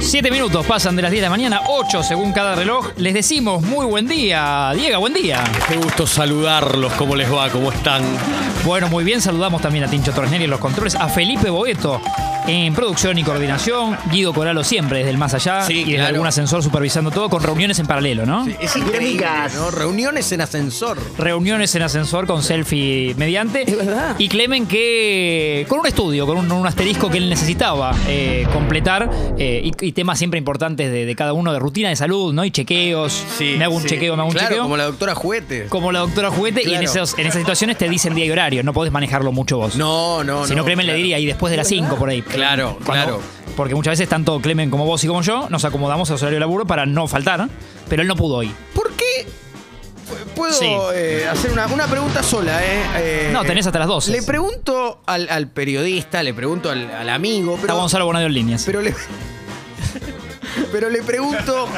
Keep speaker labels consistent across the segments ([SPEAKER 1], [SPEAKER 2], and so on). [SPEAKER 1] Siete minutos pasan de las 10 de la mañana, 8 según cada reloj. Les decimos muy buen día. Diego, buen día.
[SPEAKER 2] Qué gusto saludarlos, ¿cómo les va? ¿Cómo están?
[SPEAKER 1] Bueno, muy bien, saludamos también a Tincho Torres Neri en los controles, a Felipe Boeto en producción y coordinación, Guido Coralo siempre desde el más allá
[SPEAKER 2] Sí,
[SPEAKER 1] y desde
[SPEAKER 2] claro.
[SPEAKER 1] algún ascensor supervisando todo con reuniones en paralelo, ¿no?
[SPEAKER 3] Es increíble,
[SPEAKER 4] Amigas.
[SPEAKER 3] ¿no? Reuniones en ascensor.
[SPEAKER 1] Reuniones en ascensor con selfie mediante.
[SPEAKER 4] Es verdad.
[SPEAKER 1] Y Clemen que con un estudio, con un, un asterisco que él necesitaba eh, completar eh, y, y temas siempre importantes de, de cada uno, de rutina de salud, ¿no? Y chequeos. me hago un
[SPEAKER 3] sí.
[SPEAKER 1] chequeo, me hago un
[SPEAKER 3] Claro,
[SPEAKER 1] chequeo.
[SPEAKER 3] como la doctora Juguete.
[SPEAKER 1] como la doctora juguete y en,
[SPEAKER 3] Claro.
[SPEAKER 1] esos, en esas situaciones te dicen día y horario, no podés manejarlo mucho vos.
[SPEAKER 3] No, no, no.
[SPEAKER 1] si no, Clemen
[SPEAKER 3] claro.
[SPEAKER 1] le diría, y después de las 5 por ahí.
[SPEAKER 3] Claro, claro.
[SPEAKER 1] Porque muchas veces tanto Clemen como vos y como yo nos acomodamos a los horarios de laburo para no faltar, ¿no? pero él no pudo hoy.
[SPEAKER 3] ¿Por qué? Puedo
[SPEAKER 1] Sí.
[SPEAKER 3] eh, hacer una, una pregunta sola, ¿eh? Eh,
[SPEAKER 1] No, tenés hasta las 12.
[SPEAKER 3] Le pregunto al, al periodista, le pregunto al, al amigo,
[SPEAKER 1] Está
[SPEAKER 3] pero,
[SPEAKER 1] Gonzalo Bonado en líneas.
[SPEAKER 3] pero le. Pero le pregunto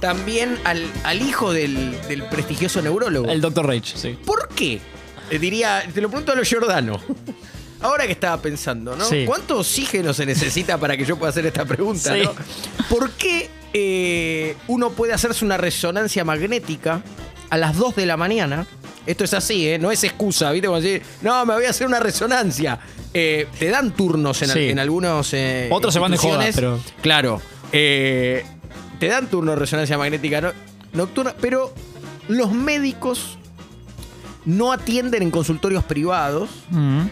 [SPEAKER 3] también al, al hijo del, del prestigioso neurólogo.
[SPEAKER 1] el Dr. Rage, sí.
[SPEAKER 3] ¿Por qué? Eh, diría, te lo pregunto a los Giordano. Ahora que estaba pensando, ¿no?
[SPEAKER 1] Sí.
[SPEAKER 3] ¿Cuánto oxígeno se necesita para que yo pueda hacer esta pregunta,
[SPEAKER 1] Sí.
[SPEAKER 3] ¿no? ¿Por qué eh, uno puede hacerse una resonancia magnética a las 2 de la mañana? Esto es así, ¿eh? No es excusa, ¿viste? Como decir, no, me voy a hacer una resonancia. Eh, te dan turnos en, al-
[SPEAKER 1] Sí.
[SPEAKER 3] en algunos. eh,
[SPEAKER 1] Otros se van de joda,
[SPEAKER 3] instituciones. Claro. eh, te dan turno de resonancia magnética no- nocturna, pero los médicos no atienden en consultorios privados.
[SPEAKER 1] Mm.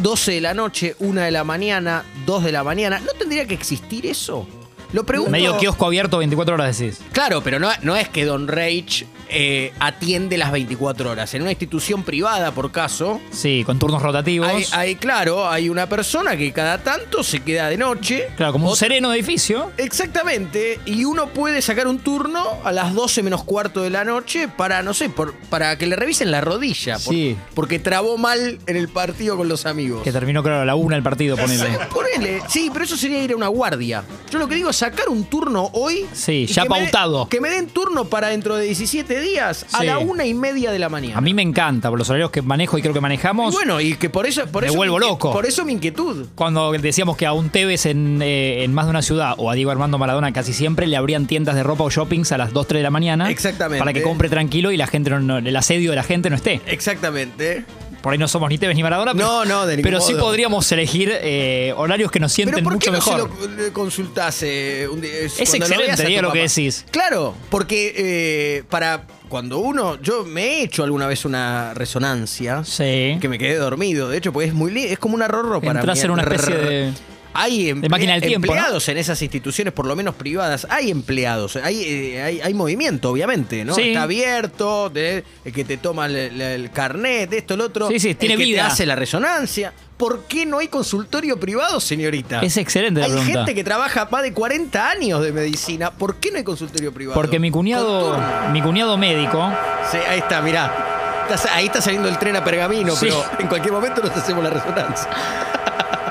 [SPEAKER 3] 12 de la noche, 1 de la mañana, 2 de la mañana. ¿No tendría que existir eso? Lo pregunto.
[SPEAKER 1] Medio kiosco abierto 24 horas decís.
[SPEAKER 3] Claro, pero no, no es que Don Rage eh, atiende las 24 horas. En una institución privada, por caso,
[SPEAKER 1] Sí, con turnos rotativos.
[SPEAKER 3] hay, hay, claro, hay una persona que cada tanto se queda de noche.
[SPEAKER 1] claro, como un
[SPEAKER 3] Ot-
[SPEAKER 1] sereno de edificio.
[SPEAKER 3] Exactamente, y uno puede sacar un turno a las 12 menos cuarto de la noche para, no sé, por- para que le revisen la rodilla. por-
[SPEAKER 1] Sí.
[SPEAKER 3] Porque trabó mal en el partido con los amigos.
[SPEAKER 1] Que terminó, claro, a la una el partido, ponele.
[SPEAKER 3] Ponele. Sí, pero eso sería ir a una guardia. Yo lo que digo es sacar un turno hoy.
[SPEAKER 1] Sí,
[SPEAKER 3] y
[SPEAKER 1] ya
[SPEAKER 3] que me den-
[SPEAKER 1] pautado.
[SPEAKER 3] que me den turno para dentro de 17 días a
[SPEAKER 1] Sí.
[SPEAKER 3] la una y media de la mañana.
[SPEAKER 1] A mí me encanta, por los horarios que manejo y creo que manejamos.
[SPEAKER 3] Y bueno, y que por eso. Por
[SPEAKER 1] Me
[SPEAKER 3] eso
[SPEAKER 1] vuelvo
[SPEAKER 3] inquie-
[SPEAKER 1] loco.
[SPEAKER 3] Por eso mi inquietud.
[SPEAKER 1] Cuando decíamos que a un Tevez en, eh, en más de una ciudad o a Diego Armando Maradona casi siempre le abrían tiendas de ropa o shoppings a las 2, 3 de la mañana.
[SPEAKER 3] Exactamente.
[SPEAKER 1] Para que compre tranquilo y la gente no- no- el asedio de la gente no esté.
[SPEAKER 3] Exactamente.
[SPEAKER 1] Por ahí no somos ni Tevez ni Maradona. pero-
[SPEAKER 3] No, no, de ningún
[SPEAKER 1] Pero sí
[SPEAKER 3] modo.
[SPEAKER 1] podríamos elegir eh, horarios que nos sienten
[SPEAKER 3] Pero ¿por qué
[SPEAKER 1] mucho
[SPEAKER 3] no
[SPEAKER 1] mejor.
[SPEAKER 3] se lo eh, consultás eh, un día, eh, cuando lo
[SPEAKER 1] excelente,
[SPEAKER 3] veas a tu
[SPEAKER 1] Diego, lo que
[SPEAKER 3] papá?
[SPEAKER 1] decís.
[SPEAKER 3] Claro, porque eh, para cuando uno. Yo me he hecho alguna vez una resonancia.
[SPEAKER 1] Sí.
[SPEAKER 3] Que me quedé dormido, de hecho, porque es muy li- es como un arrorro para
[SPEAKER 1] Entrás ¿Eh?
[SPEAKER 3] mí. ¿eh?
[SPEAKER 1] en una especie de-
[SPEAKER 3] Hay emple-
[SPEAKER 1] máquina del tiempo,
[SPEAKER 3] empleados en esas instituciones, por lo menos privadas. Hay empleados, hay, eh, hay, hay movimiento, obviamente, ¿no?
[SPEAKER 1] Sí.
[SPEAKER 3] Está abierto, de- el que te toma el, el- el carnet, esto, el otro.
[SPEAKER 1] Sí, sí,
[SPEAKER 3] el
[SPEAKER 1] tiene
[SPEAKER 3] que te
[SPEAKER 1] vida.
[SPEAKER 3] hace la resonancia. ¿Por qué no hay consultorio privado, señorita?
[SPEAKER 1] Es excelente la
[SPEAKER 3] Hay
[SPEAKER 1] pregunta.
[SPEAKER 3] gente que trabaja más de 40 años de medicina. ¿Por qué no hay consultorio privado?
[SPEAKER 1] Porque mi cuñado,
[SPEAKER 3] Con turno.
[SPEAKER 1] mi cuñado médico,
[SPEAKER 3] Sí, ahí está, mirá. Estás- ahí está saliendo el tren a pergamino,
[SPEAKER 1] Sí.
[SPEAKER 3] pero en cualquier momento nos hacemos la resonancia.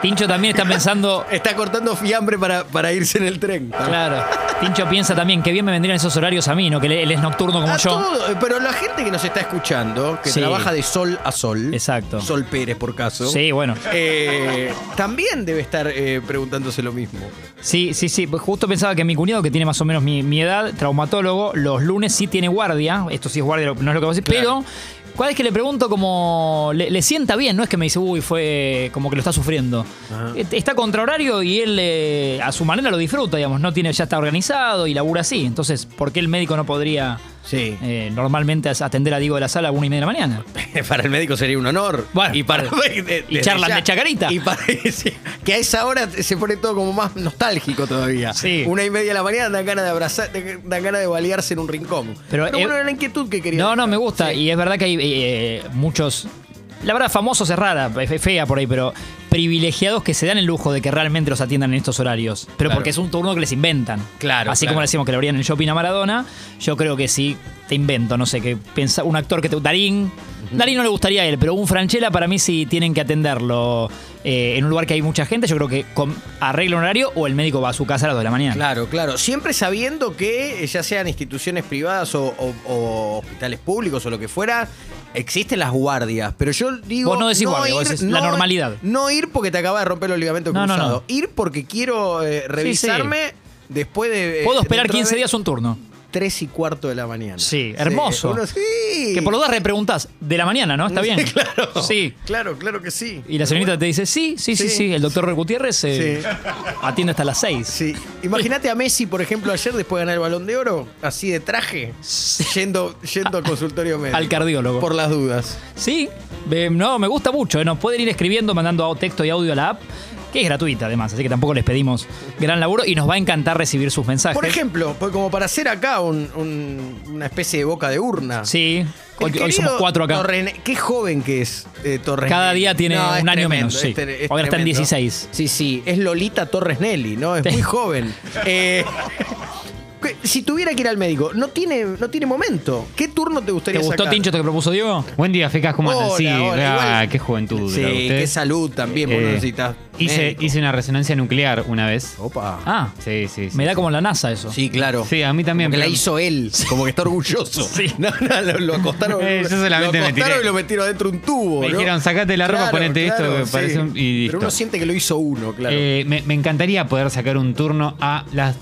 [SPEAKER 1] Tincho también está pensando.
[SPEAKER 3] Está cortando fiambre para, para irse en el tren.
[SPEAKER 1] Claro. Tincho piensa también que bien me vendrían esos horarios a mí, ¿no? Que él- él es nocturno como
[SPEAKER 3] A
[SPEAKER 1] yo.
[SPEAKER 3] todo, pero la gente que nos está escuchando, que
[SPEAKER 1] Sí.
[SPEAKER 3] trabaja de sol a sol.
[SPEAKER 1] Exacto.
[SPEAKER 3] Sol Pérez, por caso.
[SPEAKER 1] Sí, bueno.
[SPEAKER 3] eh, también debe estar eh, preguntándose lo mismo.
[SPEAKER 1] Sí, sí, sí. Pues Justo pensaba que mi cuñado, que tiene más o menos mi, mi edad, traumatólogo, los lunes sí tiene guardia. Esto sí es guardia, lo- no es lo que vos decís.
[SPEAKER 3] Claro.
[SPEAKER 1] Pero, ¿cuál es que le pregunto como. Le, le sienta bien? No es que me dice, uy, fue como que lo está sufriendo. Eh, Está contra horario y él eh, a su manera lo disfruta, digamos. No tiene, ya está organizado y labura así. Entonces, ¿por qué el médico no podría
[SPEAKER 3] Sí.
[SPEAKER 1] eh, normalmente as- atender a Diego de la Sala a una y media de la mañana?
[SPEAKER 3] para el médico sería un honor.
[SPEAKER 1] Bueno,
[SPEAKER 3] y para.
[SPEAKER 1] y
[SPEAKER 3] desde
[SPEAKER 1] charlan
[SPEAKER 3] ya.
[SPEAKER 1] de chacarita.
[SPEAKER 3] Y para- sí, que a esa hora se pone todo como más nostálgico todavía.
[SPEAKER 1] Sí.
[SPEAKER 3] Una y media de la mañana dan ganas de abrazar, dan ganas de balearse en un rincón.
[SPEAKER 1] Pero, eh,
[SPEAKER 3] bueno, era la inquietud que quería.
[SPEAKER 1] No, no, me gusta. Y es verdad que hay eh, muchos. La verdad, famosos es rara, es fea por ahí, pero privilegiados que se dan el lujo de que realmente los atiendan en estos horarios. Pero
[SPEAKER 3] Claro.
[SPEAKER 1] porque es un turno que les inventan.
[SPEAKER 3] Claro,
[SPEAKER 1] Así
[SPEAKER 3] claro.
[SPEAKER 1] como le decíamos que le abrían el shopping a Maradona, yo creo que sí te invento, no sé, que piensa un actor que te. Darín. Darín no le gustaría a él, pero un Franchella para mí sí tienen que atenderlo eh, en un lugar que hay mucha gente. Yo creo que con, arregla un horario o el médico va a su casa a las 2 de la mañana.
[SPEAKER 3] Claro, claro. Siempre sabiendo que, eh, ya sean instituciones privadas o, o- o hospitales públicos o lo que fuera, Existen las guardias, pero yo digo.
[SPEAKER 1] Vos no decís guardia, vos decís la normalidad.
[SPEAKER 3] No ir porque te acaba de romper los ligamentos
[SPEAKER 1] No, no,
[SPEAKER 3] cruzados.
[SPEAKER 1] no.
[SPEAKER 3] Ir porque quiero eh, revisarme después de. eh,
[SPEAKER 1] Puedo esperar
[SPEAKER 3] dentro de
[SPEAKER 1] 15 días un turno.
[SPEAKER 3] 3 y cuarto de la mañana.
[SPEAKER 1] Sí, hermoso.
[SPEAKER 3] uno- sí.
[SPEAKER 1] Que por los dos repreguntás, de la mañana, ¿no? Está bien.
[SPEAKER 3] Claro.
[SPEAKER 1] Sí.
[SPEAKER 3] Claro, claro que sí.
[SPEAKER 1] Y la señorita te dice, sí, sí, sí,
[SPEAKER 3] Sí.
[SPEAKER 1] sí. El doctor Roy Gutiérrez eh,
[SPEAKER 3] Sí.
[SPEAKER 1] atiende hasta las 6.
[SPEAKER 3] Sí. Imagínate a Messi, por ejemplo, ayer después de ganar el balón de oro, así de traje, yendo, yendo al consultorio médico.
[SPEAKER 1] Al cardiólogo.
[SPEAKER 3] Por las dudas.
[SPEAKER 1] Sí, eh, no, me gusta mucho. eh. Nos pueden ir escribiendo, mandando au- texto y audio a la app, que es gratuita además, así que tampoco les pedimos gran laburo y nos va a encantar recibir sus mensajes.
[SPEAKER 3] Por ejemplo, pues como para hacer acá un- un- una especie de boca de urna.
[SPEAKER 1] Sí,
[SPEAKER 3] El
[SPEAKER 1] hoy, hoy
[SPEAKER 3] querido
[SPEAKER 1] somos cuatro acá.
[SPEAKER 3] Torrene- qué joven que es eh, Torres
[SPEAKER 1] Cada
[SPEAKER 3] Nelly.
[SPEAKER 1] día tiene
[SPEAKER 3] No, es
[SPEAKER 1] un año
[SPEAKER 3] tremendo,
[SPEAKER 1] menos,
[SPEAKER 3] es
[SPEAKER 1] sí.
[SPEAKER 3] tre- es
[SPEAKER 1] Ahora está en
[SPEAKER 3] tremendo.
[SPEAKER 1] 16.
[SPEAKER 3] Sí, sí, es Lolita Torres Nelly, ¿no? Es muy joven. Eh, que- si tuviera que ir al médico, no tiene, no tiene momento. ¿Qué turno te
[SPEAKER 1] ¿Te
[SPEAKER 3] gustaría
[SPEAKER 1] gustó
[SPEAKER 3] sacar?
[SPEAKER 1] Tincho esto que propuso Diego?
[SPEAKER 4] Buen día, Fecas, ¿cómo andan?
[SPEAKER 3] Hola,
[SPEAKER 4] Sí,
[SPEAKER 3] hola,
[SPEAKER 4] ah,
[SPEAKER 3] igual-
[SPEAKER 4] qué juventud.
[SPEAKER 3] Sí,
[SPEAKER 4] la de ustedes.
[SPEAKER 3] qué salud también, porque
[SPEAKER 4] Eh,
[SPEAKER 3] uno necesita
[SPEAKER 4] hice,
[SPEAKER 3] médico.
[SPEAKER 4] hice una resonancia nuclear una vez.
[SPEAKER 3] Opa.
[SPEAKER 1] Ah,
[SPEAKER 4] Sí, sí, sí.
[SPEAKER 1] me da como la NASA eso.
[SPEAKER 3] Sí, claro.
[SPEAKER 4] Sí, a mí también.
[SPEAKER 3] Como que la
[SPEAKER 4] pero-
[SPEAKER 3] hizo él, como que está orgulloso.
[SPEAKER 1] Sí.
[SPEAKER 3] No, no, lo, lo acostaron.
[SPEAKER 4] Eh, yo solamente
[SPEAKER 3] lo
[SPEAKER 4] me
[SPEAKER 3] acostaron
[SPEAKER 4] tiré.
[SPEAKER 3] y lo metieron adentro de un tubo.
[SPEAKER 4] Me
[SPEAKER 3] ¿no?
[SPEAKER 4] dijeron, sacate la ropa, ponete esto, que parece un- y
[SPEAKER 3] Pero
[SPEAKER 4] listo.
[SPEAKER 3] uno siente que lo hizo uno, claro.
[SPEAKER 4] Eh, me, me encantaría poder sacar un turno a las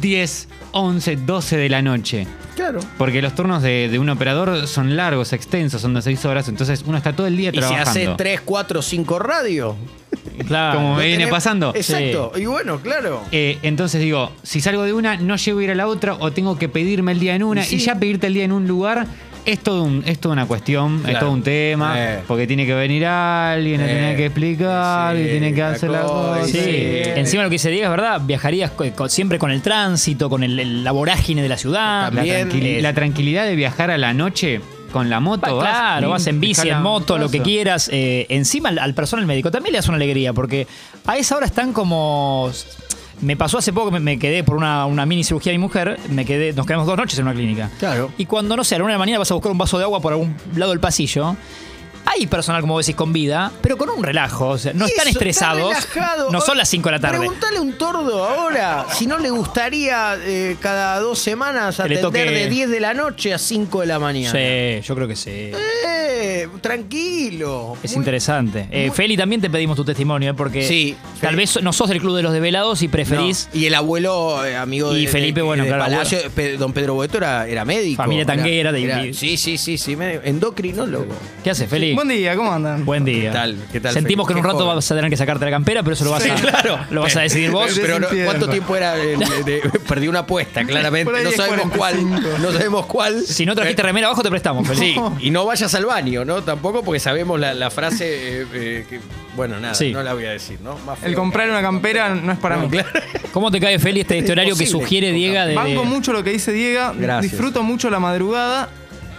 [SPEAKER 4] 10, 11, 12 de la noche.
[SPEAKER 3] claro.
[SPEAKER 4] Porque los turnos de, de un operador son largos, extensos, son de 6 horas. Entonces uno está todo el día
[SPEAKER 3] Y si
[SPEAKER 4] trabajando.
[SPEAKER 3] hace 3, 4, 5 radio.
[SPEAKER 1] Claro.
[SPEAKER 4] Como
[SPEAKER 3] no
[SPEAKER 4] me viene
[SPEAKER 3] tenés-
[SPEAKER 4] pasando.
[SPEAKER 3] Exacto. Y bueno, claro.
[SPEAKER 4] Eh, entonces digo, si salgo de una, no llego a ir a la otra o tengo que pedirme el día en una.
[SPEAKER 3] Y
[SPEAKER 4] Y,
[SPEAKER 3] sí.
[SPEAKER 4] ya pedirte el día en un lugar es, todo un- es toda una cuestión, es todo un tema.
[SPEAKER 3] Eh.
[SPEAKER 4] Porque tiene que venir alguien, a
[SPEAKER 3] Eh.
[SPEAKER 4] tener que explicar,
[SPEAKER 3] Sí,
[SPEAKER 4] y tiene que
[SPEAKER 3] la
[SPEAKER 4] hacer la
[SPEAKER 3] cosa,
[SPEAKER 4] cosa.
[SPEAKER 1] Sí.
[SPEAKER 3] Sí.
[SPEAKER 1] Encima lo que dice Diego es verdad, viajarías co- co- siempre con el tránsito, con el, el- la vorágine de la ciudad.
[SPEAKER 4] La,
[SPEAKER 3] También,
[SPEAKER 4] tranquili-
[SPEAKER 1] eh,
[SPEAKER 4] la tranquilidad de viajar a la noche con la moto.
[SPEAKER 1] Va, claro, vas en bici,
[SPEAKER 4] escala-
[SPEAKER 1] en moto, lo que
[SPEAKER 4] cosa.
[SPEAKER 1] quieras. eh, encima al, al personal médico también le das una alegría, porque a esa hora están como. Me pasó hace poco que me, me quedé por una, una mini cirugía de mi mujer, me quedé, nos quedamos dos noches en una clínica.
[SPEAKER 3] Claro.
[SPEAKER 1] Y cuando, no sé, a la una de la mañana vas a buscar un vaso de agua por algún lado del pasillo. Hay personal, como vos decís, con vida, pero con un relajo. o sea, no están
[SPEAKER 3] Eso,
[SPEAKER 1] estresados.
[SPEAKER 3] está relajado.
[SPEAKER 1] no son
[SPEAKER 3] Ahora,
[SPEAKER 1] las 5 de la tarde.
[SPEAKER 3] Preguntale a un tordo ahora si no le gustaría eh, cada dos semanas
[SPEAKER 1] Que le
[SPEAKER 3] atender
[SPEAKER 1] toque-
[SPEAKER 3] de 10 de la noche a 5 de la mañana.
[SPEAKER 1] Sí, yo creo que sí.
[SPEAKER 3] Eh, tranquilo.
[SPEAKER 1] Es
[SPEAKER 3] Muy-
[SPEAKER 1] interesante. Eh, Feli, también te pedimos tu testimonio, ¿eh? porque
[SPEAKER 3] Sí,
[SPEAKER 1] tal
[SPEAKER 3] Feli.
[SPEAKER 1] vez so- no sos del club de los desvelados y preferís
[SPEAKER 3] No, Y el abuelo, eh, amigo de,
[SPEAKER 1] Y Felipe,
[SPEAKER 3] de-
[SPEAKER 1] bueno,
[SPEAKER 3] de
[SPEAKER 1] claro,
[SPEAKER 3] Palacio, Pe- don Pedro Boeto era, era médico.
[SPEAKER 1] Familia
[SPEAKER 3] Era-
[SPEAKER 1] tanguera de-
[SPEAKER 3] era- sí, sí, sí, sí, medio- endocrinólogo.
[SPEAKER 1] ¿Qué haces, Feli?
[SPEAKER 5] Buen día, ¿cómo andan?
[SPEAKER 1] Buen día.
[SPEAKER 3] ¿Qué tal? ¿Qué tal,
[SPEAKER 1] Sentimos
[SPEAKER 3] Feli?
[SPEAKER 1] que en un
[SPEAKER 3] Qué
[SPEAKER 1] rato
[SPEAKER 3] joven. Eh,
[SPEAKER 1] vas a tener que sacarte la campera, pero eso lo vas, a, lo vas a decidir vos.
[SPEAKER 5] Pero-
[SPEAKER 3] Pero no-
[SPEAKER 5] Desentiendo.
[SPEAKER 3] ¿cuánto tiempo era? el- de- perdí una apuesta, claramente.
[SPEAKER 5] Por ahí
[SPEAKER 3] No
[SPEAKER 5] es
[SPEAKER 3] sabemos cuál.
[SPEAKER 5] 45.
[SPEAKER 3] No sabemos cuál.
[SPEAKER 1] si no trajiste
[SPEAKER 3] Eh,
[SPEAKER 1] remera abajo, te prestamos, Feli.
[SPEAKER 3] Sí, y no vayas al baño, ¿no? Tampoco porque sabemos la, la frase eh, eh, que, bueno, nada,
[SPEAKER 1] Sí.
[SPEAKER 3] no la voy a decir, ¿no? Más feo
[SPEAKER 5] El comprar
[SPEAKER 3] que-
[SPEAKER 5] una campera no es para mí.
[SPEAKER 1] ¿Cómo te cae, Feli, este, este horario que
[SPEAKER 3] Imposible.
[SPEAKER 1] sugiere Diego de.
[SPEAKER 5] Banco mucho lo que dice Diego,
[SPEAKER 3] Gracias.
[SPEAKER 5] disfruto mucho la madrugada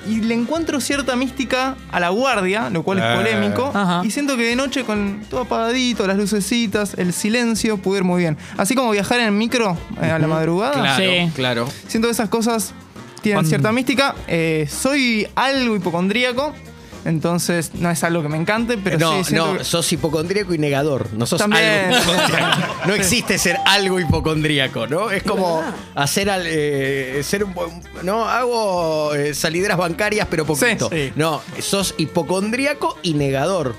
[SPEAKER 5] y le encuentro cierta mística a la guardia, lo cual
[SPEAKER 3] Ah.
[SPEAKER 5] es polémico.
[SPEAKER 1] Ajá.
[SPEAKER 5] Y siento que de noche con todo apagadito, las lucecitas, el silencio, pude ir muy bien. Así como viajar en micro eh, a la madrugada,
[SPEAKER 3] Claro,
[SPEAKER 1] Sí.
[SPEAKER 3] claro.
[SPEAKER 5] siento que esas cosas tienen
[SPEAKER 1] Cuando-
[SPEAKER 5] cierta mística. Eh, soy algo hipocondríaco, entonces no es algo que me encante, pero
[SPEAKER 3] Eh, no,
[SPEAKER 5] sí siento
[SPEAKER 3] no,
[SPEAKER 5] que-
[SPEAKER 3] sos hipocondríaco y negador. No sos
[SPEAKER 5] También.
[SPEAKER 3] algo hipocondríaco. No existe ser algo hipocondríaco, ¿no? Es como hacer al, eh, ser un, no hago eh, salideras bancarias pero poquito.
[SPEAKER 5] Sí, sí.
[SPEAKER 3] No, sos hipocondríaco y negador.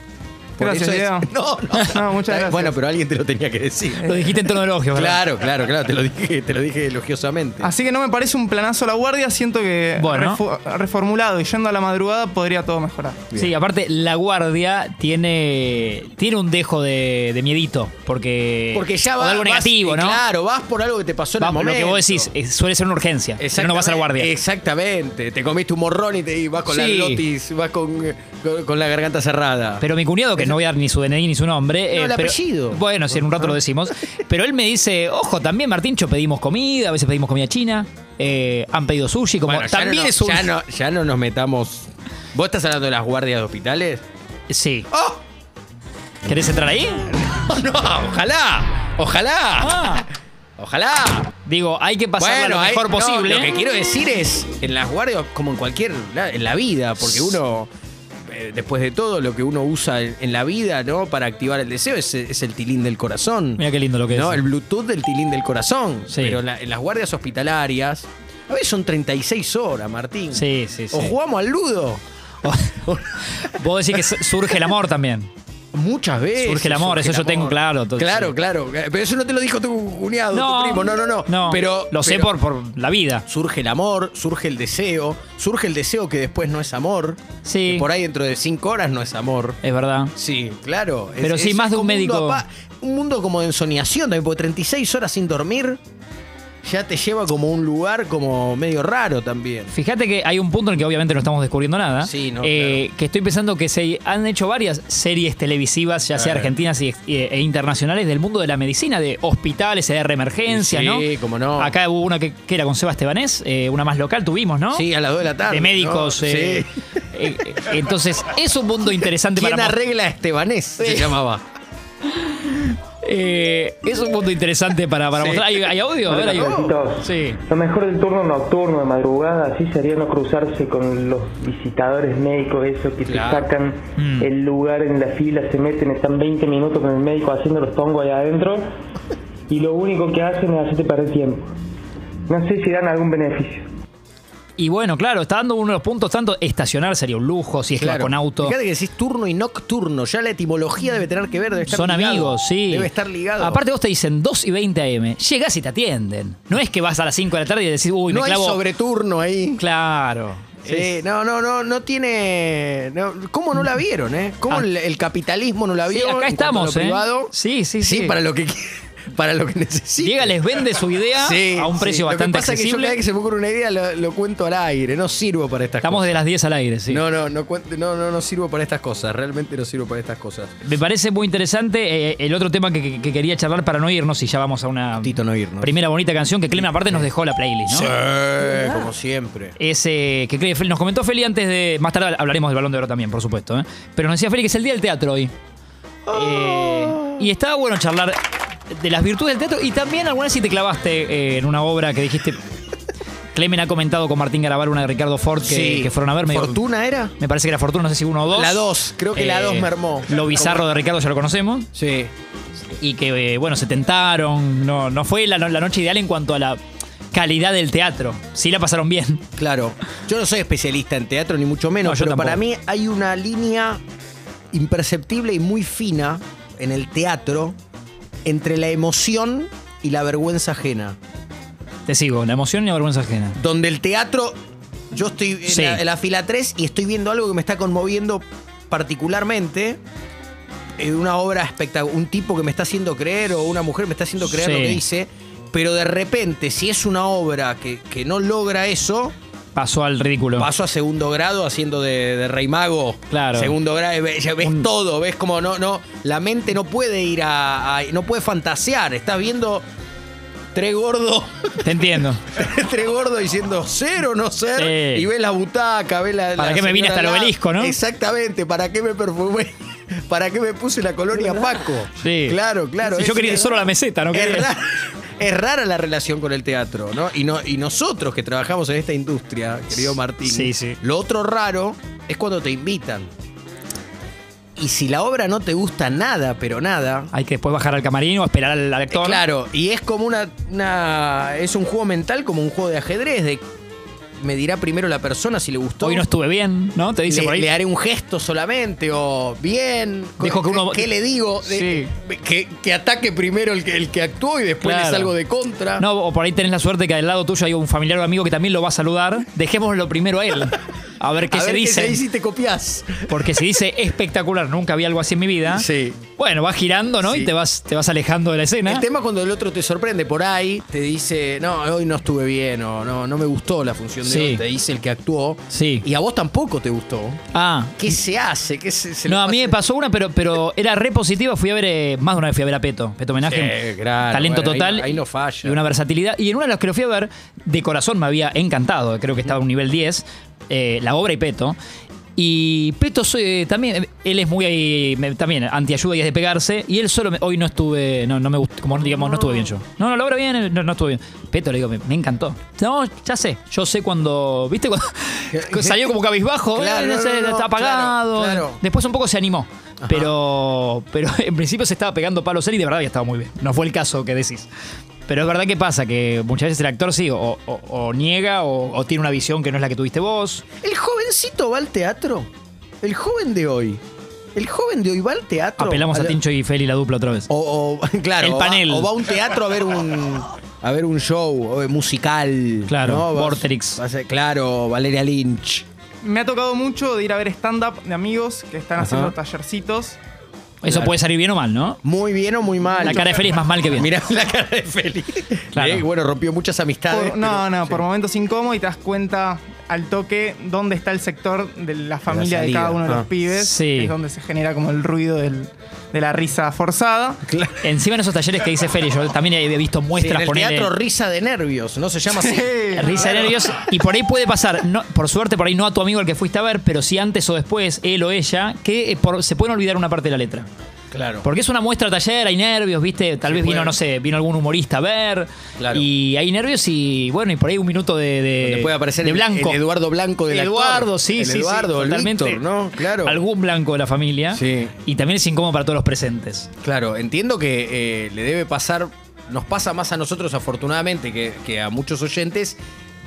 [SPEAKER 3] Por
[SPEAKER 5] Gracias,
[SPEAKER 3] eso es-
[SPEAKER 5] Diego.
[SPEAKER 3] No, no,
[SPEAKER 5] No, muchas gracias. Eh,
[SPEAKER 3] Bueno, pero alguien te lo tenía que decir.
[SPEAKER 1] Lo dijiste en tono de elogio, ¿verdad?
[SPEAKER 3] Claro, claro, claro, te lo dije, te lo dije elogiosamente.
[SPEAKER 5] Así que no me parece un planazo la guardia, siento que
[SPEAKER 1] Bueno.
[SPEAKER 5] refo- reformulado y yendo a la madrugada podría todo mejorar.
[SPEAKER 1] Sí, aparte, la guardia tiene, tiene un dejo de, de miedito, porque.
[SPEAKER 3] Porque ya
[SPEAKER 1] o
[SPEAKER 3] va
[SPEAKER 1] de algo
[SPEAKER 3] vas-
[SPEAKER 1] negativo,
[SPEAKER 3] eh,
[SPEAKER 1] ¿no?
[SPEAKER 3] Claro, vas por algo que te pasó en el
[SPEAKER 1] Vamos, lo
[SPEAKER 3] momento.
[SPEAKER 1] que vos decís eh, suele ser una urgencia. Si no, no vas a la guardia.
[SPEAKER 3] Exactamente. Te comiste un morrón y te y vas con la
[SPEAKER 1] Sí.
[SPEAKER 3] glotis, vas con, eh, con, con la garganta cerrada.
[SPEAKER 1] Pero mi cuñado, que no voy a dar ni su DNI ni su nombre. eh,
[SPEAKER 3] No, el
[SPEAKER 1] pero-
[SPEAKER 3] apellido.
[SPEAKER 1] Bueno, si en un rato lo decimos. Pero él me dice, ojo, también Martincho pedimos comida, a veces pedimos comida china, eh, han pedido sushi, como
[SPEAKER 3] Bueno, ya
[SPEAKER 1] también
[SPEAKER 3] no, nos-
[SPEAKER 1] es un...
[SPEAKER 3] Ya no, ya no nos metamos. ¿Vos estás hablando de las guardias de hospitales?
[SPEAKER 1] Sí.
[SPEAKER 3] ¡Oh!
[SPEAKER 1] ¿Querés entrar ahí?
[SPEAKER 3] ¡No! ¡Ojalá! ¡Ojalá!
[SPEAKER 1] Ah.
[SPEAKER 3] ¡Ojalá!
[SPEAKER 1] Digo, hay que pasarla lo
[SPEAKER 3] hay-
[SPEAKER 1] mejor
[SPEAKER 3] no,
[SPEAKER 1] posible.
[SPEAKER 3] lo que quiero decir es, en las guardias, como en cualquier, la- en la vida, porque uno, eh, después de todo, lo que uno usa en, en la vida, ¿no? Para activar el deseo es, es el tilín del corazón.
[SPEAKER 1] Mira qué lindo lo que
[SPEAKER 3] ¿no?
[SPEAKER 1] es.
[SPEAKER 3] El Bluetooth del tilín del corazón.
[SPEAKER 1] Sí.
[SPEAKER 3] Pero la- en las guardias hospitalarias, a veces son 36 horas, Martín.
[SPEAKER 1] Sí, sí, sí.
[SPEAKER 3] O jugamos al ludo.
[SPEAKER 1] Vos decís que su- surge el amor también.
[SPEAKER 3] Muchas veces.
[SPEAKER 1] Surge el amor, eso yo tengo claro, entonces-
[SPEAKER 3] claro, claro. Pero eso no te lo dijo tu cuñado, tu primo. No, no, no. pero,
[SPEAKER 1] lo sé por,
[SPEAKER 3] pero
[SPEAKER 1] por la vida.
[SPEAKER 3] Surge el amor, surge el deseo, surge el deseo que después no es amor.
[SPEAKER 1] Sí.
[SPEAKER 3] que por ahí dentro de cinco horas no es amor.
[SPEAKER 1] Es verdad.
[SPEAKER 3] Sí, claro. Es-
[SPEAKER 1] Pero sí,
[SPEAKER 3] es-
[SPEAKER 1] más
[SPEAKER 3] es
[SPEAKER 1] de un
[SPEAKER 3] como mundo
[SPEAKER 1] médico.
[SPEAKER 3] apa- un mundo como de ensoñación también, porque 36 horas sin dormir ya te lleva como a un lugar como medio raro también.
[SPEAKER 1] Fíjate que hay un punto en el que obviamente no estamos descubriendo nada.
[SPEAKER 3] Sí, no,
[SPEAKER 1] eh, Que estoy pensando que se han hecho varias series televisivas, ya sea
[SPEAKER 3] Claro.
[SPEAKER 1] argentinas y, y- e internacionales, del mundo de la medicina, de hospitales, de emergencias,
[SPEAKER 3] Sí,
[SPEAKER 1] ¿no?
[SPEAKER 3] cómo no.
[SPEAKER 1] Acá hubo una que, que era con Seba Estebanés, eh, una más local tuvimos, ¿no?
[SPEAKER 3] Sí, a las 2 de la tarde.
[SPEAKER 1] de médicos.
[SPEAKER 3] ¿no?
[SPEAKER 1] eh,
[SPEAKER 3] Sí.
[SPEAKER 1] eh, eh, entonces, es un mundo interesante
[SPEAKER 3] ¿Quién
[SPEAKER 1] para mos-
[SPEAKER 3] arregla a Estebanés? Se llamaba.
[SPEAKER 1] eh, Es un mundo interesante para, para mostrar. ¿Hay, hay audio? A ver, hay-
[SPEAKER 6] Chicos,
[SPEAKER 1] Sí.
[SPEAKER 6] Lo mejor del turno nocturno, de madrugada, así sería no cruzarse con los visitadores médicos, esos que
[SPEAKER 3] Claro.
[SPEAKER 6] te sacan el lugar en la fila, se meten, están 20 minutos con el médico haciendo los tongos allá adentro y lo único que hacen es hacerte perder tiempo. No sé si dan algún beneficio.
[SPEAKER 1] Y bueno, claro, está dando uno de los puntos tanto. Estacionar sería un lujo, si es que va con auto.
[SPEAKER 3] Fíjate que decís turno y nocturno. Ya la etimología debe tener que ver. Debe estar
[SPEAKER 1] Son
[SPEAKER 3] ligado.
[SPEAKER 1] amigos, sí.
[SPEAKER 3] Debe estar ligado.
[SPEAKER 1] Aparte vos te dicen 2 y 20 AM. Llegás y te atienden. No es que vas a las 5 de la tarde y decís, uy,
[SPEAKER 3] no
[SPEAKER 1] me
[SPEAKER 3] hay
[SPEAKER 1] clavo.
[SPEAKER 3] sobreturno ahí.
[SPEAKER 1] Claro.
[SPEAKER 3] Sí, no, no, no, no tiene. no, ¿Cómo no la vieron, eh? ¿Cómo
[SPEAKER 1] Ah.
[SPEAKER 3] el, el capitalismo no la
[SPEAKER 1] Sí,
[SPEAKER 3] vio?
[SPEAKER 1] acá
[SPEAKER 3] en cuanto a lo
[SPEAKER 1] estamos, ¿eh?
[SPEAKER 3] privado?
[SPEAKER 1] Sí, sí, sí.
[SPEAKER 3] para lo que qui- para lo que necesite.
[SPEAKER 1] Diego les vende su idea
[SPEAKER 3] Sí,
[SPEAKER 1] ah, a un
[SPEAKER 3] sí.
[SPEAKER 1] precio
[SPEAKER 3] Lo que
[SPEAKER 1] bastante
[SPEAKER 3] pasa es que yo
[SPEAKER 1] accesible.
[SPEAKER 3] cada vez que se me ocurre una idea lo, lo cuento al aire. No sirvo para estas
[SPEAKER 1] Estamos
[SPEAKER 3] cosas.
[SPEAKER 1] de las 10 al aire, sí.
[SPEAKER 3] No, no, no, cuento- no, no, no sirvo para estas cosas. Realmente no sirvo para estas cosas.
[SPEAKER 1] Me parece muy interesante eh, el otro tema que, que- que quería charlar para no irnos y ya vamos a una
[SPEAKER 3] Tito, no irnos.
[SPEAKER 1] primera bonita canción que Clem aparte nos dejó la playlist, ¿no?
[SPEAKER 3] Eh, como siempre.
[SPEAKER 1] Es, eh, que Clem- nos comentó Feli antes de. Más tarde hablaremos del balón de oro también, por supuesto. ¿eh? Pero nos decía Feli que es el día del teatro hoy.
[SPEAKER 3] Ah.
[SPEAKER 1] Eh, y estaba bueno charlar de las virtudes del teatro y también alguna vez si te clavaste eh, en una obra que dijiste. Clemen ha comentado con Martín Garabal una de Ricardo Ford que,
[SPEAKER 3] Sí.
[SPEAKER 1] que fueron a ver. me dijo-
[SPEAKER 3] ¿Fortuna era?
[SPEAKER 1] me parece que era Fortuna, no sé si uno o dos. Eh,
[SPEAKER 3] La dos, creo que la dos me armó.
[SPEAKER 1] Lo bizarro de Ricardo ya lo conocemos.
[SPEAKER 3] Sí.
[SPEAKER 1] Y que, eh, bueno, se tentaron. No, no fue la, la noche ideal en cuanto a la calidad del teatro. Sí la pasaron bien.
[SPEAKER 3] Claro, yo no soy especialista en teatro ni mucho menos,
[SPEAKER 1] No, yo
[SPEAKER 3] pero
[SPEAKER 1] tampoco.
[SPEAKER 3] para mí hay una línea imperceptible y muy fina en el teatro entre la emoción y la vergüenza ajena.
[SPEAKER 1] Te sigo, la emoción y la vergüenza ajena.
[SPEAKER 3] Donde el teatro, yo estoy en,
[SPEAKER 1] Sí.
[SPEAKER 3] la, en la fila 3 y estoy viendo algo que me está conmoviendo particularmente. eh, Una obra espectacular, un tipo que me está haciendo creer o una mujer me está haciendo creer lo
[SPEAKER 1] Sí.
[SPEAKER 3] que dice. Pero de repente, si es una obra que, que no logra eso,
[SPEAKER 1] Pasó al ridículo.
[SPEAKER 3] Paso a segundo grado haciendo de, de rey mago.
[SPEAKER 1] Claro.
[SPEAKER 3] Segundo grado, ve- ya ves todo, ves como no, no, la mente no puede ir a, a- no puede fantasear. Estás viendo tres gordos,
[SPEAKER 1] Te entiendo.
[SPEAKER 3] tres gordos diciendo ser o no ser,
[SPEAKER 1] Sí.
[SPEAKER 3] y ves la butaca, ves la.
[SPEAKER 1] ¿Para
[SPEAKER 3] la
[SPEAKER 1] qué me vine
[SPEAKER 3] señora
[SPEAKER 1] hasta el
[SPEAKER 3] al lado.
[SPEAKER 1] obelisco, no?
[SPEAKER 3] Exactamente, ¿para qué me perfumé? ¿Para qué me puse la colonia Paco?
[SPEAKER 1] Sí.
[SPEAKER 3] Claro, claro.
[SPEAKER 1] Sí, yo
[SPEAKER 3] es
[SPEAKER 1] quería
[SPEAKER 3] una-
[SPEAKER 1] solo la meseta, ¿no?
[SPEAKER 3] es,
[SPEAKER 1] quería-
[SPEAKER 3] rara, es rara la relación con el teatro, ¿no? Y, no, y nosotros que trabajamos en esta industria, querido Martín,
[SPEAKER 1] Sí, sí.
[SPEAKER 3] lo otro raro es cuando te invitan. Y si la obra no te gusta nada, pero nada,
[SPEAKER 1] Hay que después bajar al camarín o esperar al al actor.
[SPEAKER 3] Claro, y es como una, una- Es un juego mental, como un juego de ajedrez, de me dirá primero la persona si le gustó.
[SPEAKER 1] Hoy no estuve bien, ¿no? Te dice
[SPEAKER 3] le,
[SPEAKER 1] por ahí.
[SPEAKER 3] le haré un gesto solamente, o bien.
[SPEAKER 1] Dejo que uno-
[SPEAKER 3] ¿Qué le digo?
[SPEAKER 1] Sí.
[SPEAKER 3] que, que ataque primero el que, el que actuó y después
[SPEAKER 1] Claro.
[SPEAKER 3] le salgo de contra.
[SPEAKER 1] No, o por ahí tenés la suerte que al lado tuyo hay un familiar o amigo que también lo va a saludar. Dejémoslo primero a él. A ver qué
[SPEAKER 3] A
[SPEAKER 1] se
[SPEAKER 3] ver
[SPEAKER 1] dice.
[SPEAKER 3] se dice y te copias.
[SPEAKER 1] Porque si dice espectacular, nunca vi algo así en mi vida.
[SPEAKER 3] Sí.
[SPEAKER 1] Bueno, vas girando, ¿no?
[SPEAKER 3] Sí. Este
[SPEAKER 1] Y te vas, te vas alejando de la escena.
[SPEAKER 3] El tema es cuando el otro te sorprende por ahí, te dice, no, hoy no estuve bien, o no, no me gustó la función de
[SPEAKER 1] Sí.
[SPEAKER 3] hoy, te dice el que actuó.
[SPEAKER 1] Sí.
[SPEAKER 3] Y a vos tampoco te gustó.
[SPEAKER 1] Ah.
[SPEAKER 3] ¿Qué se hace? ¿Qué se, se
[SPEAKER 1] No,
[SPEAKER 3] le
[SPEAKER 1] a mí me
[SPEAKER 3] pasa?
[SPEAKER 1] pasó una, pero, pero era re positiva. Fui a ver, eh, más de una vez fui a ver a Peto. Peto homenaje.
[SPEAKER 3] Sí, claro,
[SPEAKER 1] talento
[SPEAKER 3] bueno, ahí-
[SPEAKER 1] total.
[SPEAKER 3] ahí no falla.
[SPEAKER 1] Y una versatilidad. Y en una de las que lo fui a ver, de corazón me había encantado. Creo que estaba a un nivel 10. eh, la obra y Peto. Y Peto soy, también, eh, él es muy ahí, me- también antiayuda y es de pegarse. Y él solo, me- hoy no estuve, no, no me gustó, como digamos, no estuve bien yo. No, no, la obra bien, eh, no, no estuve bien. Peto le digo, me, me encantó. No, ya sé, yo sé cuando, viste, cuando salió como cabizbajo,
[SPEAKER 3] Claro,
[SPEAKER 1] eh,
[SPEAKER 3] no,
[SPEAKER 1] se-
[SPEAKER 3] no, no,
[SPEAKER 1] está apagado.
[SPEAKER 3] claro, claro.
[SPEAKER 1] Después un poco se animó. Pero, pero en principio se estaba pegando palos él y de verdad que estaba muy bien. No fue el caso que decís. Pero es verdad que pasa que muchas veces el actor sí, o, o- o niega o, o tiene una visión que no es la que tuviste vos.
[SPEAKER 3] El joven jovencito va al teatro. El joven de hoy. El joven de hoy va al Oh, teatro.
[SPEAKER 1] Apelamos a
[SPEAKER 3] la-
[SPEAKER 1] Tincho y Feli la dupla otra vez.
[SPEAKER 3] O, o- claro,
[SPEAKER 1] El
[SPEAKER 3] o va-
[SPEAKER 1] panel.
[SPEAKER 3] O va, a un teatro a ver un a ver un show eh, musical.
[SPEAKER 1] Claro,
[SPEAKER 3] ¿no? Vas-
[SPEAKER 1] Vorterix.
[SPEAKER 3] vas a- claro, Valeria Lynch.
[SPEAKER 5] Me ha tocado mucho de ir a ver stand-up de amigos que están haciendo
[SPEAKER 3] Ajá.
[SPEAKER 5] tallercitos.
[SPEAKER 1] Eso
[SPEAKER 3] claro.
[SPEAKER 1] puede salir bien o mal, ¿no?
[SPEAKER 3] Muy bien o muy mal.
[SPEAKER 1] La cara de Feli es más mal que bien.
[SPEAKER 3] Mirá la cara de Feli.
[SPEAKER 1] Claro.
[SPEAKER 3] Eh, bueno, rompió muchas
[SPEAKER 5] Por-
[SPEAKER 3] amistades.
[SPEAKER 5] no,
[SPEAKER 3] pero-
[SPEAKER 5] no,
[SPEAKER 3] este sí.
[SPEAKER 5] por momentos incómodos y te das cuenta al toque dónde está el sector de la familia de,
[SPEAKER 3] salida.
[SPEAKER 5] cada uno de
[SPEAKER 3] Ah.
[SPEAKER 5] los pibes.
[SPEAKER 1] Sí.
[SPEAKER 5] que Es donde se genera como el ruido del- de la risa forzada.
[SPEAKER 3] Claro.
[SPEAKER 1] Encima en esos talleres que dice Feli, yo también he visto
[SPEAKER 3] Sí, en
[SPEAKER 1] muestras
[SPEAKER 3] el
[SPEAKER 1] ponele-
[SPEAKER 3] teatro risa de nervios, no se llama así.
[SPEAKER 1] Risa de nervios. Y por ahí puede pasar, no, por suerte, por ahí no a tu amigo al que fuiste a ver, pero sí antes o después, él o ella, que eh, por- se pueden olvidar una parte de la letra.
[SPEAKER 3] claro.
[SPEAKER 1] Porque es una muestra taller, hay nervios, ¿viste? Tal vez vino,
[SPEAKER 3] puede.
[SPEAKER 1] no sé, vino algún humorista a ver.
[SPEAKER 3] Claro.
[SPEAKER 1] Y hay nervios y, bueno, y por ahí un minuto de, de-
[SPEAKER 3] Donde puede aparecer
[SPEAKER 1] de
[SPEAKER 3] el-
[SPEAKER 1] blanco.
[SPEAKER 3] el Eduardo Blanco del actor.
[SPEAKER 1] Eduardo, sí,
[SPEAKER 3] El
[SPEAKER 1] sí, sí,
[SPEAKER 3] Eduardo, el
[SPEAKER 1] totalmente.
[SPEAKER 3] Víctor, ¿no? Claro.
[SPEAKER 1] Algún blanco de la familia.
[SPEAKER 3] Sí.
[SPEAKER 1] Y también es incómodo para todos los presentes.
[SPEAKER 3] Claro, entiendo que eh, le debe pasar, nos pasa más a nosotros afortunadamente que, que a muchos oyentes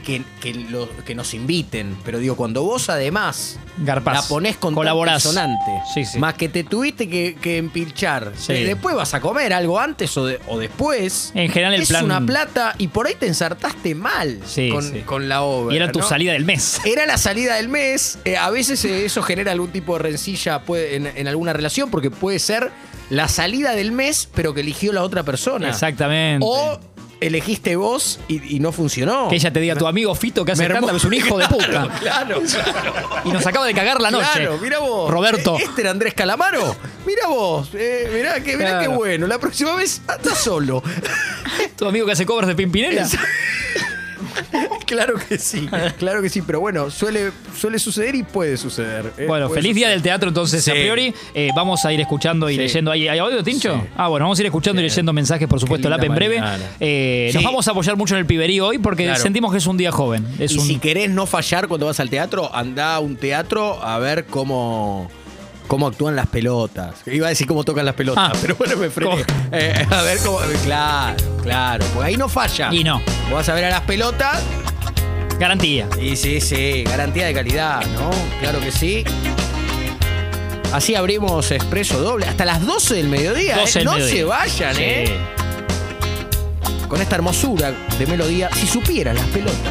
[SPEAKER 3] que, que lo- que nos inviten. Pero digo, cuando vos además
[SPEAKER 1] Garpás.
[SPEAKER 3] la ponés con
[SPEAKER 1] Colaborás.
[SPEAKER 3] sonante,
[SPEAKER 1] Sí, sí.
[SPEAKER 3] más que te tuviste que, que empilchar,
[SPEAKER 1] Sí.
[SPEAKER 3] que después vas a comer algo antes o, de- o después.
[SPEAKER 1] En general el
[SPEAKER 3] es
[SPEAKER 1] plan-
[SPEAKER 3] una plata y por ahí te ensartaste mal
[SPEAKER 1] Sí,
[SPEAKER 3] con,
[SPEAKER 1] sí.
[SPEAKER 3] con la obra.
[SPEAKER 1] Y era tu
[SPEAKER 3] ¿no?
[SPEAKER 1] salida del mes.
[SPEAKER 3] Era la salida del mes. eh, a veces eh, eso genera algún tipo de rencilla puede- en, en alguna relación, porque puede ser la salida del mes, pero que eligió la otra persona.
[SPEAKER 1] Exactamente.
[SPEAKER 3] O elegiste vos y, y no funcionó.
[SPEAKER 1] que ella te diga, tu amigo Fito que hace
[SPEAKER 3] Me hermo-
[SPEAKER 1] stand es un hijo de puta.
[SPEAKER 3] Claro, claro.
[SPEAKER 1] Y nos acaba de cagar la noche.
[SPEAKER 3] Claro, mirá vos.
[SPEAKER 1] Roberto.
[SPEAKER 3] Eh, Este era Andrés Calamaro. Mirá vos. eh, mirá, que, mirá
[SPEAKER 1] Claro.
[SPEAKER 3] qué bueno. La próxima vez anda solo. eh.
[SPEAKER 1] Tu amigo que hace covers de Pimpinela.
[SPEAKER 3] claro que sí. Claro que sí. Pero bueno, suele, suele suceder y puede suceder. eh,
[SPEAKER 1] Bueno,
[SPEAKER 3] puede
[SPEAKER 1] feliz día
[SPEAKER 3] suceder.
[SPEAKER 1] del teatro entonces a
[SPEAKER 3] Sí.
[SPEAKER 1] priori. Eh, vamos a ir escuchando y
[SPEAKER 3] Sí.
[SPEAKER 1] leyendo. ¿Hay, hay audio, Tincho? Ah, bueno, vamos a ir escuchando y leyendo mensajes, por supuesto, el app en
[SPEAKER 3] linda
[SPEAKER 1] breve.
[SPEAKER 3] mañana.
[SPEAKER 1] Eh, Nos
[SPEAKER 3] Sí.
[SPEAKER 1] vamos a apoyar mucho en el piberío hoy porque
[SPEAKER 3] Claro.
[SPEAKER 1] sentimos que es un día joven. Es
[SPEAKER 3] y
[SPEAKER 1] un-
[SPEAKER 3] si querés no fallar cuando vas al teatro, anda a un teatro a ver cómo, cómo actúan las pelotas. Iba a decir cómo tocan las pelotas,
[SPEAKER 1] Ah.
[SPEAKER 3] pero bueno, me frené.
[SPEAKER 1] ¿Cómo?
[SPEAKER 3] Eh, a ver cómo. Claro, claro. Porque ahí no falla.
[SPEAKER 1] Y no.
[SPEAKER 3] Vos Vas a ver a las pelotas.
[SPEAKER 1] Garantía.
[SPEAKER 3] Y sí, sí. Garantía de calidad, ¿no? Claro que sí. Así abrimos expreso doble hasta las 12 del mediodía.
[SPEAKER 1] 12
[SPEAKER 3] ¿eh?
[SPEAKER 1] del
[SPEAKER 3] no
[SPEAKER 1] mediodía.
[SPEAKER 3] se vayan,
[SPEAKER 1] Sí.
[SPEAKER 3] ¿eh? Con esta hermosura de melodía, si supieran las pelotas.